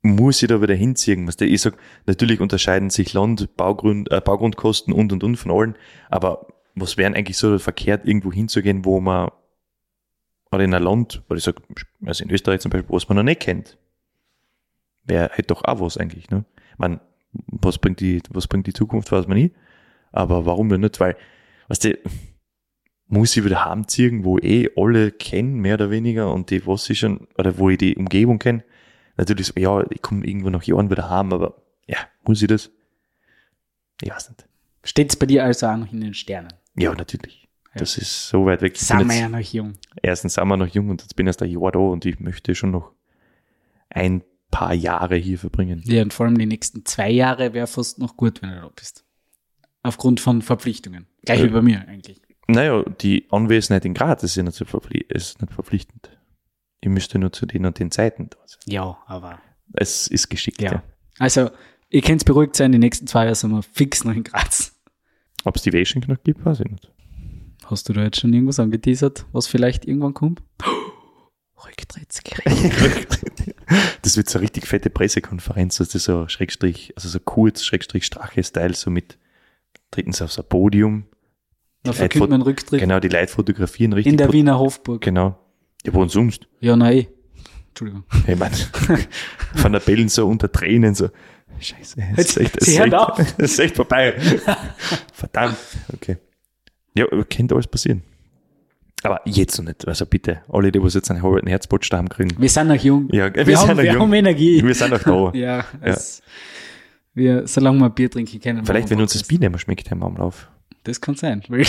Speaker 1: Muss ich da wieder hinziehen? Was der, ich sag, natürlich unterscheiden sich Land, Baugrund, äh, Baugrundkosten und und und von allen. Aber was wären eigentlich so verkehrt, irgendwo hinzugehen, wo man oder in ein Land, oder ich sag, also in Österreich zum Beispiel, was man noch nicht kennt. Wäre hätte doch auch was eigentlich, ne? Man, was bringt die, was bringt die Zukunft, weiß man nie. Aber warum denn nicht? Weil weißt du, muss ich wieder heimziehen, wo eh alle kennen, mehr oder weniger, und die, was ich schon, oder wo ich die Umgebung kenne. Natürlich, so, ja, ich komme irgendwo nach Jahren wieder heim, aber ja, muss ich das? Ich weiß nicht.
Speaker 3: Steht es bei dir also auch noch in den Sternen?
Speaker 1: Ja, natürlich.
Speaker 3: Ja.
Speaker 1: Das ist so weit weg. Ich bin
Speaker 3: Sind wir
Speaker 1: jetzt-
Speaker 3: ja noch jung.
Speaker 1: erstens sind wir noch jung und jetzt bin ich erst ein Jahr da und ich möchte schon noch ein paar Jahre hier verbringen.
Speaker 3: Ja, und vor allem die nächsten zwei Jahre wäre fast noch gut, wenn du da bist. Aufgrund von Verpflichtungen. Gleich
Speaker 1: Ja.
Speaker 3: wie bei mir eigentlich.
Speaker 1: Naja, die Anwesenheit in Graz ist ja nicht, so verpfli ist nicht verpflichtend. Ich müsste nur zu den und den Zeiten da sein.
Speaker 3: Ja, aber
Speaker 1: Es ist geschickt,
Speaker 3: ja.
Speaker 1: ja.
Speaker 3: Also, ihr könnt beruhigt sein, die nächsten zwei Jahre sind wir fix noch in Graz.
Speaker 1: Ob es die Wäsche noch gibt, weiß ich nicht.
Speaker 3: Hast du da jetzt schon irgendwas angeteasert, was vielleicht irgendwann kommt? Rücktrittsgericht.
Speaker 1: das wird so eine richtig fette Pressekonferenz, dass das so Schrägstrich, also so kurz, Schrägstrich Strache-Style, so mit drittens auf so ein Podium.
Speaker 3: Da
Speaker 1: Die
Speaker 3: verkündet
Speaker 1: Leute-
Speaker 3: man Rücktritt
Speaker 1: Genau, die Leute fotografieren richtig.
Speaker 3: in der
Speaker 1: pot-
Speaker 3: Wiener Hofburg.
Speaker 1: Genau. Ja, wo denn sonst?
Speaker 3: Ja, nein. Entschuldigung.
Speaker 1: Ich meine, Van der Bellen so unter Tränen, so, scheiße, es ist echt, es
Speaker 3: Sie
Speaker 1: ist
Speaker 3: hören
Speaker 1: echt,
Speaker 3: auf.
Speaker 1: es ist echt vorbei. Verdammt. Okay. Ja, aber könnte alles passieren. Aber jetzt noch nicht. Also bitte, alle, die was jetzt einen halben Herzbotsch haben kriegen.
Speaker 3: Wir sind noch jung.
Speaker 1: Ja, wir,
Speaker 3: wir
Speaker 1: sind
Speaker 3: haben,
Speaker 1: noch
Speaker 3: wir
Speaker 1: jung.
Speaker 3: haben Energie.
Speaker 1: Wir sind noch da.
Speaker 3: ja, es, Wir, solange wir Bier trinken können.
Speaker 1: Vielleicht,
Speaker 3: machen
Speaker 1: wenn
Speaker 3: wir
Speaker 1: uns das
Speaker 3: Podcast.
Speaker 1: Bier nicht mehr schmeckt, haben wir am Lauf.
Speaker 3: Das kann sein. Weil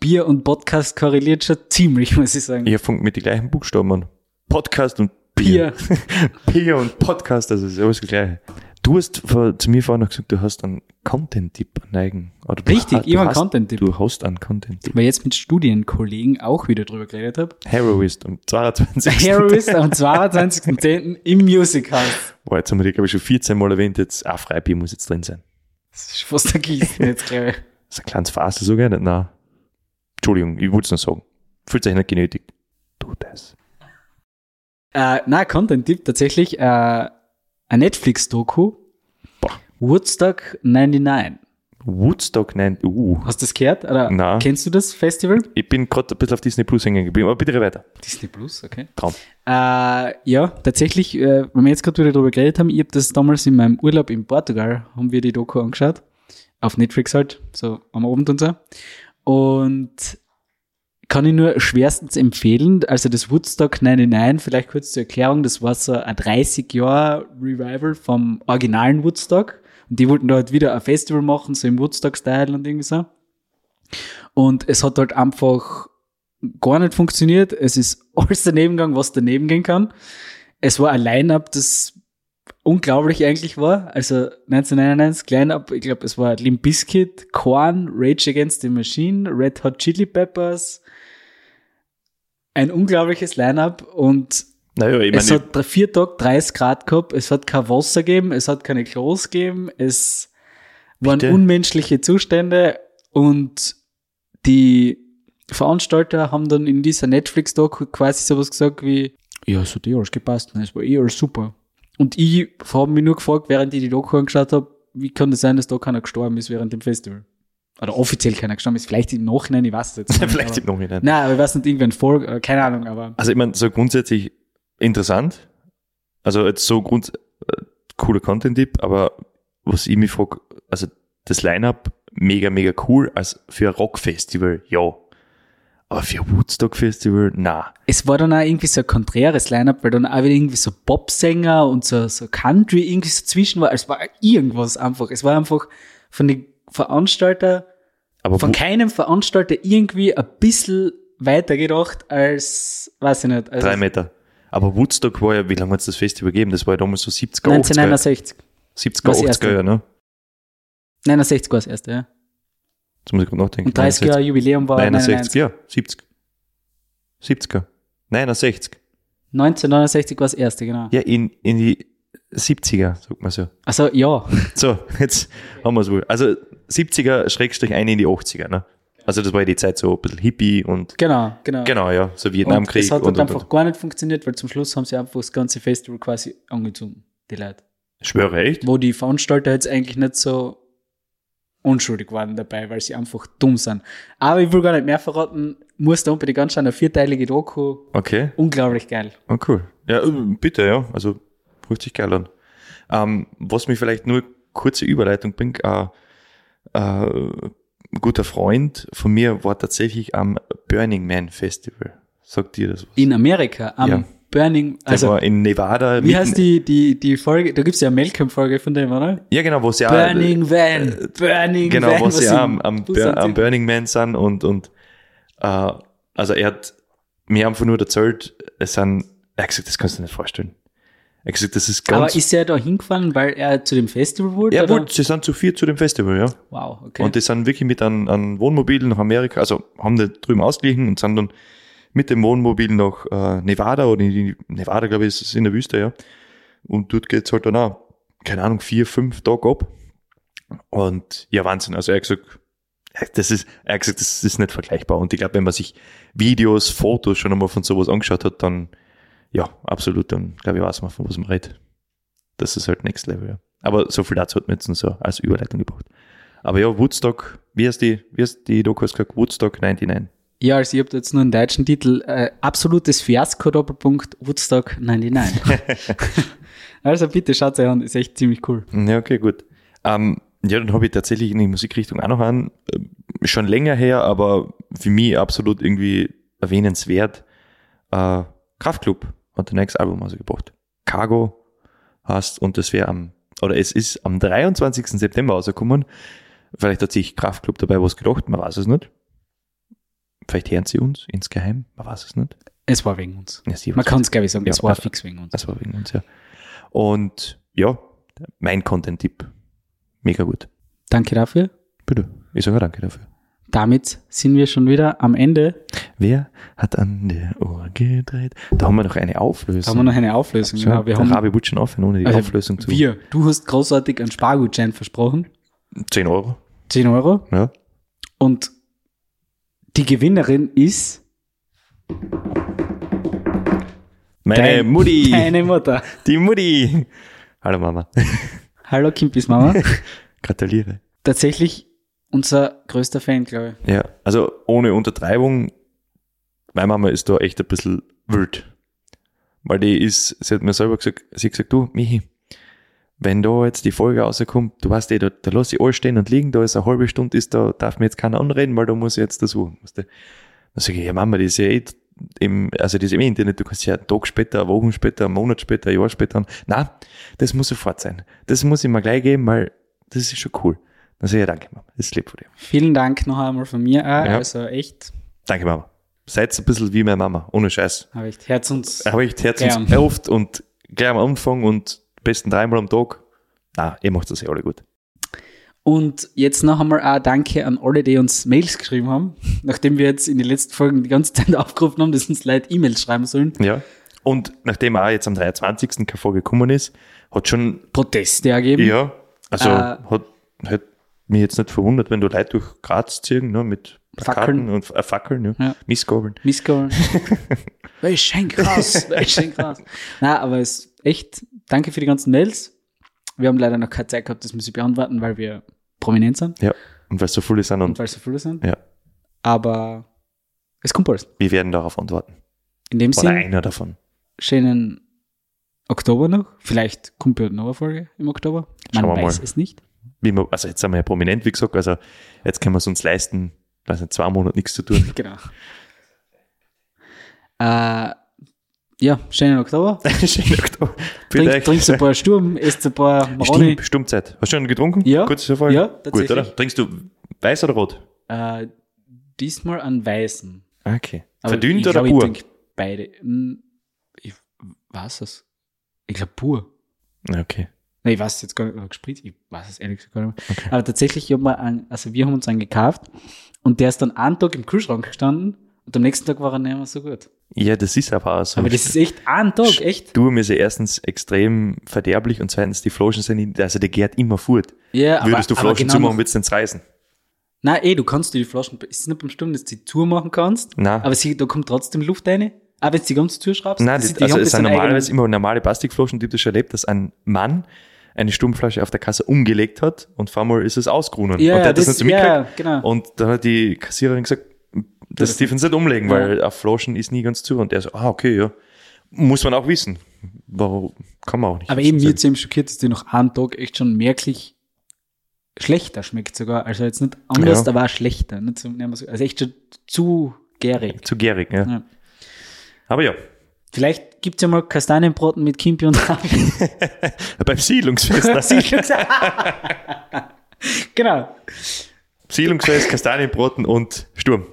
Speaker 3: Bier und Podcast korreliert schon ziemlich, muss ich sagen.
Speaker 1: Ihr funkt mit den gleichen Buchstaben an. Podcast und Bier.
Speaker 3: Bier.
Speaker 1: Bier und Podcast, das ist alles das Gleiche. Du hast vor, zu mir vorhin noch gesagt, du hast einen Content-Tipp neigen. Oder du
Speaker 3: Richtig,
Speaker 1: ha- du
Speaker 3: immer
Speaker 1: hast-
Speaker 3: Content-Tipp.
Speaker 1: Du hast einen Content-Tipp.
Speaker 3: Weil ich jetzt mit Studienkollegen auch wieder drüber geredet habe.
Speaker 1: Heroist am 22.
Speaker 3: Terrorist am 22.10. im Music House.
Speaker 1: Boah, jetzt haben wir die, glaube ich, schon 14 Mal erwähnt. Jetzt, ah, Freibier muss jetzt drin sein.
Speaker 3: Das ist fast ein Gießen jetzt, glaube ich.
Speaker 1: Das ist ein kleines Fass, so gerne. Na, Entschuldigung, ich wollte es nur sagen. Fühlt sich nicht genötigt. Tu das.
Speaker 3: Äh, na, Content-Tipp tatsächlich. Äh, eine Netflix-Doku.
Speaker 1: Boah.
Speaker 3: Woodstock 99.
Speaker 1: Woodstock 9, uh.
Speaker 3: Hast du das gehört? Oder
Speaker 1: Na.
Speaker 3: kennst du das Festival?
Speaker 1: Ich bin gerade ein bisschen auf Disney Plus hängen geblieben, aber bitte weiter.
Speaker 3: Disney Plus, okay.
Speaker 1: Traum.
Speaker 3: Äh, ja, tatsächlich, äh, wenn wir jetzt gerade wieder drüber geredet haben, ich habe das damals in meinem Urlaub in Portugal, haben wir die Doku angeschaut. Auf Netflix halt, so am Abend und so. Und kann ich nur schwerstens empfehlen, also das Woodstock 99, vielleicht kurz zur Erklärung, das war so ein 30-Jahr-Revival vom originalen Woodstock. Und die wollten da halt wieder ein Festival machen, so im Woodstock-Style und irgendwie so. Und es hat halt einfach gar nicht funktioniert. Es ist alles daneben gegangen, was daneben gehen kann. Es war ein Line-Up, das unglaublich eigentlich war. Also 1991, Line-Up, ich glaube, es war Limp Bizkit, Korn, Rage Against the Machine, Red Hot Chili Peppers. Ein unglaubliches Line-Up und
Speaker 1: Naja, ich
Speaker 3: es
Speaker 1: meine,
Speaker 3: hat drei- vier Tage 30 Grad gehabt, es hat kein Wasser gegeben, es hat keine Klos gegeben, es waren
Speaker 1: Bitte?
Speaker 3: unmenschliche Zustände. Und die Veranstalter haben dann in dieser Netflix-Doku quasi sowas gesagt wie, ja, so die alles gepasst, ne? es war eh alles super. Und ich habe mich nur gefragt, während ich die Doku angeschaut habe, wie kann das sein, dass da keiner gestorben ist während dem Festival? Oder offiziell keiner gestorben ist, vielleicht im Nachhinein, ich weiß es jetzt nicht.
Speaker 1: Vielleicht im
Speaker 3: aber,
Speaker 1: Nachhinein.
Speaker 3: Nein, aber ich weiß nicht, irgendwann vor, äh, keine Ahnung, aber
Speaker 1: Also ich meine, so grundsätzlich interessant. Also jetzt so grund äh, cooler Content-Tipp, aber was ich mich frage, also das Line-Up mega, mega cool, als für ein Rock-Festival, ja. Aber für ein Woodstock-Festival, na.
Speaker 3: es war dann auch irgendwie so ein konträres Line-Up, weil dann auch wieder irgendwie so Popsänger und so, so Country irgendwie so zwischen war. Es war irgendwas einfach. Es war einfach von den Veranstalter,
Speaker 1: Aber
Speaker 3: von
Speaker 1: wo-
Speaker 3: keinem Veranstalter irgendwie ein bisschen weiter gedacht als, weiß ich nicht, also als
Speaker 1: drei Meter. Aber Woodstock war ja, wie lange hat es das Festival gegeben? Das war ja damals so 70er, 80er,
Speaker 3: 1969.
Speaker 1: 70er,
Speaker 3: war das
Speaker 1: 80er,
Speaker 3: erste.
Speaker 1: ja, ne?
Speaker 3: 69 war das erste, ja.
Speaker 1: Jetzt muss ich gerade nachdenken.
Speaker 3: Und 30 Jahre Jubiläum war
Speaker 1: 69,
Speaker 3: 99.
Speaker 1: ja, 70. 70er. 69.
Speaker 3: 1969 war das erste, genau.
Speaker 1: Ja, in, in die 70er, sagt man so.
Speaker 3: Also ja,
Speaker 1: So, jetzt haben wir es wohl. Also 70er Schrägstrich eine in die 80er, ne? Also das war ja die Zeit so ein bisschen Hippie und
Speaker 3: genau, genau.
Speaker 1: genau, ja, so
Speaker 3: Und
Speaker 1: Vietnamkrieg
Speaker 3: es hat
Speaker 1: und,
Speaker 3: halt
Speaker 1: und, und,
Speaker 3: einfach gar nicht funktioniert, weil zum Schluss haben sie einfach das ganze Festival quasi angezogen, die Leute.
Speaker 1: Ich Schwöre echt?
Speaker 3: wo die Veranstalter jetzt eigentlich nicht so unschuldig waren dabei, weil sie einfach dumm sind. Aber ich will gar nicht mehr verraten, muss da unbedingt anschauen, eine vierteilige Doku,
Speaker 1: Okay,
Speaker 3: unglaublich geil.
Speaker 1: oh, cool. Ja, äh, bitte, ja, also ruft sich geil an. Ähm, was mir vielleicht nur kurze Überleitung bringt, äh, äh, ein guter Freund von mir war tatsächlich am Burning Man Festival. Sagt dir das was?
Speaker 3: In Amerika, am
Speaker 1: Ja.
Speaker 3: Burning,
Speaker 1: Der
Speaker 3: also
Speaker 1: war in Nevada.
Speaker 3: wie heißt die, die, die Folge, da gibt's ja eine Malcolm-Folge von dem, oder?
Speaker 1: Ja, genau, wo sie auch-
Speaker 3: Burning Van, Burning
Speaker 1: genau,
Speaker 3: Van.
Speaker 1: was sie
Speaker 3: sie
Speaker 1: auch am, am,
Speaker 3: Bus
Speaker 1: Bur
Speaker 3: anziehen.
Speaker 1: am Burning Man sind und, und äh, also er hat mir einfach nur erzählt, es sind, er hat gesagt, das kannst du dir nicht vorstellen. Er hat gesagt, das ist ganz,
Speaker 3: Aber ist er da hingefahren, weil er zu dem Festival wollte?
Speaker 1: ja
Speaker 3: oder?
Speaker 1: gut, sie sind zu vier zu dem Festival, ja.
Speaker 3: Wow, okay.
Speaker 1: Und die sind wirklich mit einem, einem Wohnmobil nach Amerika, also haben die drüben ausgeglichen und sind dann mit dem Wohnmobil nach äh, Nevada oder in die, Nevada, glaube ich, ist es in der Wüste, ja. Und dort geht's halt dann auch, keine Ahnung, vier, fünf Tage ab. Und ja, Wahnsinn. Also er hat gesagt, äh, das ist, er hat gesagt, das ist nicht vergleichbar. Und ich glaube, wenn man sich Videos, Fotos schon einmal von sowas angeschaut hat, dann, ja, absolut, dann glaube ich, weiß man, von was man redet. Das ist halt Next Level, ja. Aber so viel dazu hat man jetzt nur so als Überleitung gebracht. Aber ja, Woodstock, wie heißt die, wie heißt die Doku hast du gesagt? Woodstock 99.
Speaker 3: Ja, also ich habe jetzt nur einen deutschen Titel. Äh, absolutes Fiasko, Doppelpunkt, Woodstock 99. also bitte, schaut euch an, ist echt ziemlich cool.
Speaker 1: Ja, okay, gut. Ähm, ja, dann habe ich tatsächlich in die Musikrichtung auch noch einen, ähm, schon länger her, aber für mich absolut irgendwie erwähnenswert. Äh, Kraftklub hat ein neues Album rausgebracht. Cargo hast und das wäre am, oder es ist am 23. September rausgekommen. Vielleicht hat sich Kraftklub dabei was gedacht, man weiß es nicht. Vielleicht hören sie uns insgeheim, man weiß es nicht.
Speaker 3: Es war wegen uns.
Speaker 1: Ja, sie
Speaker 3: Man kann es, glaube ich, sagen,
Speaker 1: Ja,
Speaker 3: es war
Speaker 1: also-
Speaker 3: fix wegen uns.
Speaker 1: das war wegen uns, ja. Und ja, mein Content-Tipp. Mega gut.
Speaker 3: Danke dafür.
Speaker 1: Bitte. Ich sage danke dafür.
Speaker 3: Damit sind wir schon wieder am Ende.
Speaker 1: Wer hat an der Uhr gedreht? Da haben wir noch eine
Speaker 3: Da
Speaker 1: Auflösung.
Speaker 3: haben wir noch eine Auflösung.
Speaker 1: ja,
Speaker 3: Genau, wir
Speaker 1: der
Speaker 3: haben,
Speaker 1: Rabi Butschen aufhören, ohne die
Speaker 3: also
Speaker 1: Auflösung zu.
Speaker 3: wir, du hast großartig einen Spargutschein versprochen.
Speaker 1: 10 Euro.
Speaker 3: 10 Euro.
Speaker 1: Ja.
Speaker 3: Und die Gewinnerin ist
Speaker 1: Meine
Speaker 3: dein-
Speaker 1: Mutti.
Speaker 3: deine Mutter.
Speaker 1: Die Mutti. Hallo Mama.
Speaker 3: Hallo Kimpis Mama.
Speaker 1: Gratuliere.
Speaker 3: Tatsächlich unser größter Fan, glaube ich.
Speaker 1: Ja, also ohne Untertreibung, meine Mama ist da echt ein bisschen wild. Weil die ist, sie hat mir selber gesagt, sie hat gesagt, du, Michi, wenn da jetzt die Folge rauskommt, du weißt eh, da, da lass ich alles stehen und liegen, da ist eine halbe Stunde, ist da darf mir jetzt keiner anreden, weil da muss ich jetzt dazu. Weißt du? Dann sage ich, ja Mama, die ist ja eh im, also die ist im Internet, du kannst ja einen Tag später, eine Woche später, einen Monat später, ein Jahr später an. Nein, das muss sofort sein. Das muss ich mir gleich geben, weil das ist schon cool. Dann sage ich, ja danke Mama, das ist lieb von dir.
Speaker 3: Vielen Dank noch einmal von mir. Auch.
Speaker 1: Ja.
Speaker 3: Also echt,
Speaker 1: Danke, Mama. Seid ein bisschen wie meine Mama, ohne Scheiß.
Speaker 3: habe ich Herz uns.
Speaker 1: Habe ich herzens
Speaker 3: Gern.
Speaker 1: oft und gleich am Anfang und am besten dreimal am Tag. Na, ihr macht das eh alle gut.
Speaker 3: Und jetzt noch einmal auch Danke an alle, die uns Mails geschrieben haben. Nachdem wir jetzt in den letzten Folgen die ganze Zeit aufgerufen haben, dass uns Leute E-Mails schreiben sollen.
Speaker 1: Ja. Und nachdem auch jetzt am 23. keine Folge gekommen ist, hat schon,
Speaker 3: Proteste ergeben.
Speaker 1: ja, also
Speaker 3: Äh.
Speaker 1: hat, hat mich jetzt nicht verwundert, wenn du Leute durch Graz ziehen, ne, mit Plakaten
Speaker 3: Fackeln.
Speaker 1: und äh, Fackeln, ja.
Speaker 3: Ja.
Speaker 1: Missgabeln.
Speaker 3: Missgoal. Weil ich schenk krass. Weil ich schenk krass. Na, aber es ist echt, danke für die ganzen Mails. Wir haben leider noch keine Zeit gehabt, das muss ich beantworten, weil wir prominent sind
Speaker 1: Ja. Und weil es so viele sind
Speaker 3: und
Speaker 1: und
Speaker 3: weil es so viele sind.
Speaker 1: Ja.
Speaker 3: Aber es kommt alles.
Speaker 1: wir werden darauf antworten.
Speaker 3: In dem
Speaker 1: Oder
Speaker 3: Sinne,
Speaker 1: einer davon.
Speaker 3: schönen Oktober noch. Vielleicht kommt ja noch eine Folge im Oktober. Man
Speaker 1: Schauen wir
Speaker 3: weiß
Speaker 1: mal.
Speaker 3: es nicht.
Speaker 1: Wie wir, also jetzt sind wir ja prominent, wie gesagt, also jetzt können wir es uns leisten, weiß nicht, zwei Monate nichts zu tun.
Speaker 3: Genau. Äh, ja, schönen Oktober.
Speaker 1: Schönen Oktober.
Speaker 3: Trink, trinkst ein paar Sturm, isst ein paar Maroni.
Speaker 1: Stimmt, Stummzeit. Hast du schon getrunken?
Speaker 3: Ja.
Speaker 1: Kurz davor?
Speaker 3: Ja,
Speaker 1: Gut,
Speaker 3: tatsächlich.
Speaker 1: oder? Trinkst du weiß oder rot?
Speaker 3: Äh, diesmal an Weißen.
Speaker 1: Okay.
Speaker 3: Aber
Speaker 1: Verdünnt
Speaker 3: ich
Speaker 1: oder
Speaker 3: glaub,
Speaker 1: pur?
Speaker 3: Ich trinke beide. Hm, Ich weiß es. Ich glaube pur.
Speaker 1: okay.
Speaker 3: Nein, ich weiß es jetzt gar nicht. Oder gespritzt. Ich weiß es ehrlich gesagt gar nicht mehr. Aber tatsächlich, ich hab mal einen, also wir haben uns einen gekauft und der ist dann einen Tag im Kühlschrank gestanden und am nächsten Tag war er nicht mehr so gut.
Speaker 1: Ja, das ist aber auch so.
Speaker 3: Aber das ist echt einen Tag, echt.
Speaker 1: Du mir ist ja erstens extrem verderblich und zweitens die Flaschen sind, in- also der gärt immer fort.
Speaker 3: Ja, genau
Speaker 1: Würdest du Flaschen zumachen, würdest du ins Reißen.
Speaker 3: Nein, eh, du kannst dir die Flaschen, ist es nicht beim Sturm, dass du die Tour machen kannst?
Speaker 1: Nein.
Speaker 3: Aber sie, da kommt trotzdem Luft rein. Aber wenn du die ganze Tür schraubst,
Speaker 1: Nein,
Speaker 3: sie-
Speaker 1: das,
Speaker 3: die
Speaker 1: also
Speaker 3: haben
Speaker 1: es
Speaker 3: das
Speaker 1: sind
Speaker 3: einen
Speaker 1: normalerweise
Speaker 3: eigenen-
Speaker 1: immer normale Plastikflaschen, typisch erlebt, dass ein Mann eine Sturmflasche auf der Kasse umgelegt hat und vor einmal ist es ausgerunnen.
Speaker 3: Ja,
Speaker 1: und der hat das,
Speaker 3: das-
Speaker 1: nicht so mitgekriegt.
Speaker 3: ja, genau.
Speaker 1: Und dann hat die Kassiererin gesagt, das dürfen sie nicht umlegen,
Speaker 3: Ja.
Speaker 1: weil auf Flaschen ist nie ganz zu. Und der so, ah, okay, ja. Muss man auch wissen. Warum kann man auch nicht.
Speaker 3: Aber eben mir eben schockiert, dass die nach einem Tag echt schon merklich schlechter schmeckt sogar. Also jetzt nicht anders,
Speaker 1: Ja.
Speaker 3: aber auch schlechter. Nicht so, nicht mehr so, also echt schon zu gärig.
Speaker 1: Zu gärig, ja.
Speaker 3: Ja.
Speaker 1: Aber ja,
Speaker 3: Vielleicht gibt's ja mal Kastanienbraten mit Kimpi und Rahmen.
Speaker 1: beim Siedlungsfest. das
Speaker 3: genau.
Speaker 1: Siedlungsfest, Kastanienbroten und Sturm.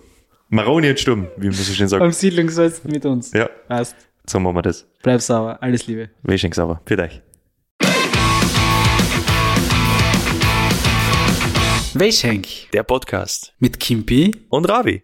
Speaker 1: Maroni und Sturm, wie man so schön sagt.
Speaker 3: Am Siedlungsfest mit uns.
Speaker 1: Ja,
Speaker 3: Passt.
Speaker 1: so machen wir das.
Speaker 3: Bleib sauber. Alles Liebe.
Speaker 1: Wir schenken's aber. Für dich.
Speaker 3: Welchenk
Speaker 1: Der Podcast
Speaker 3: mit Kimpi
Speaker 1: und Ravi.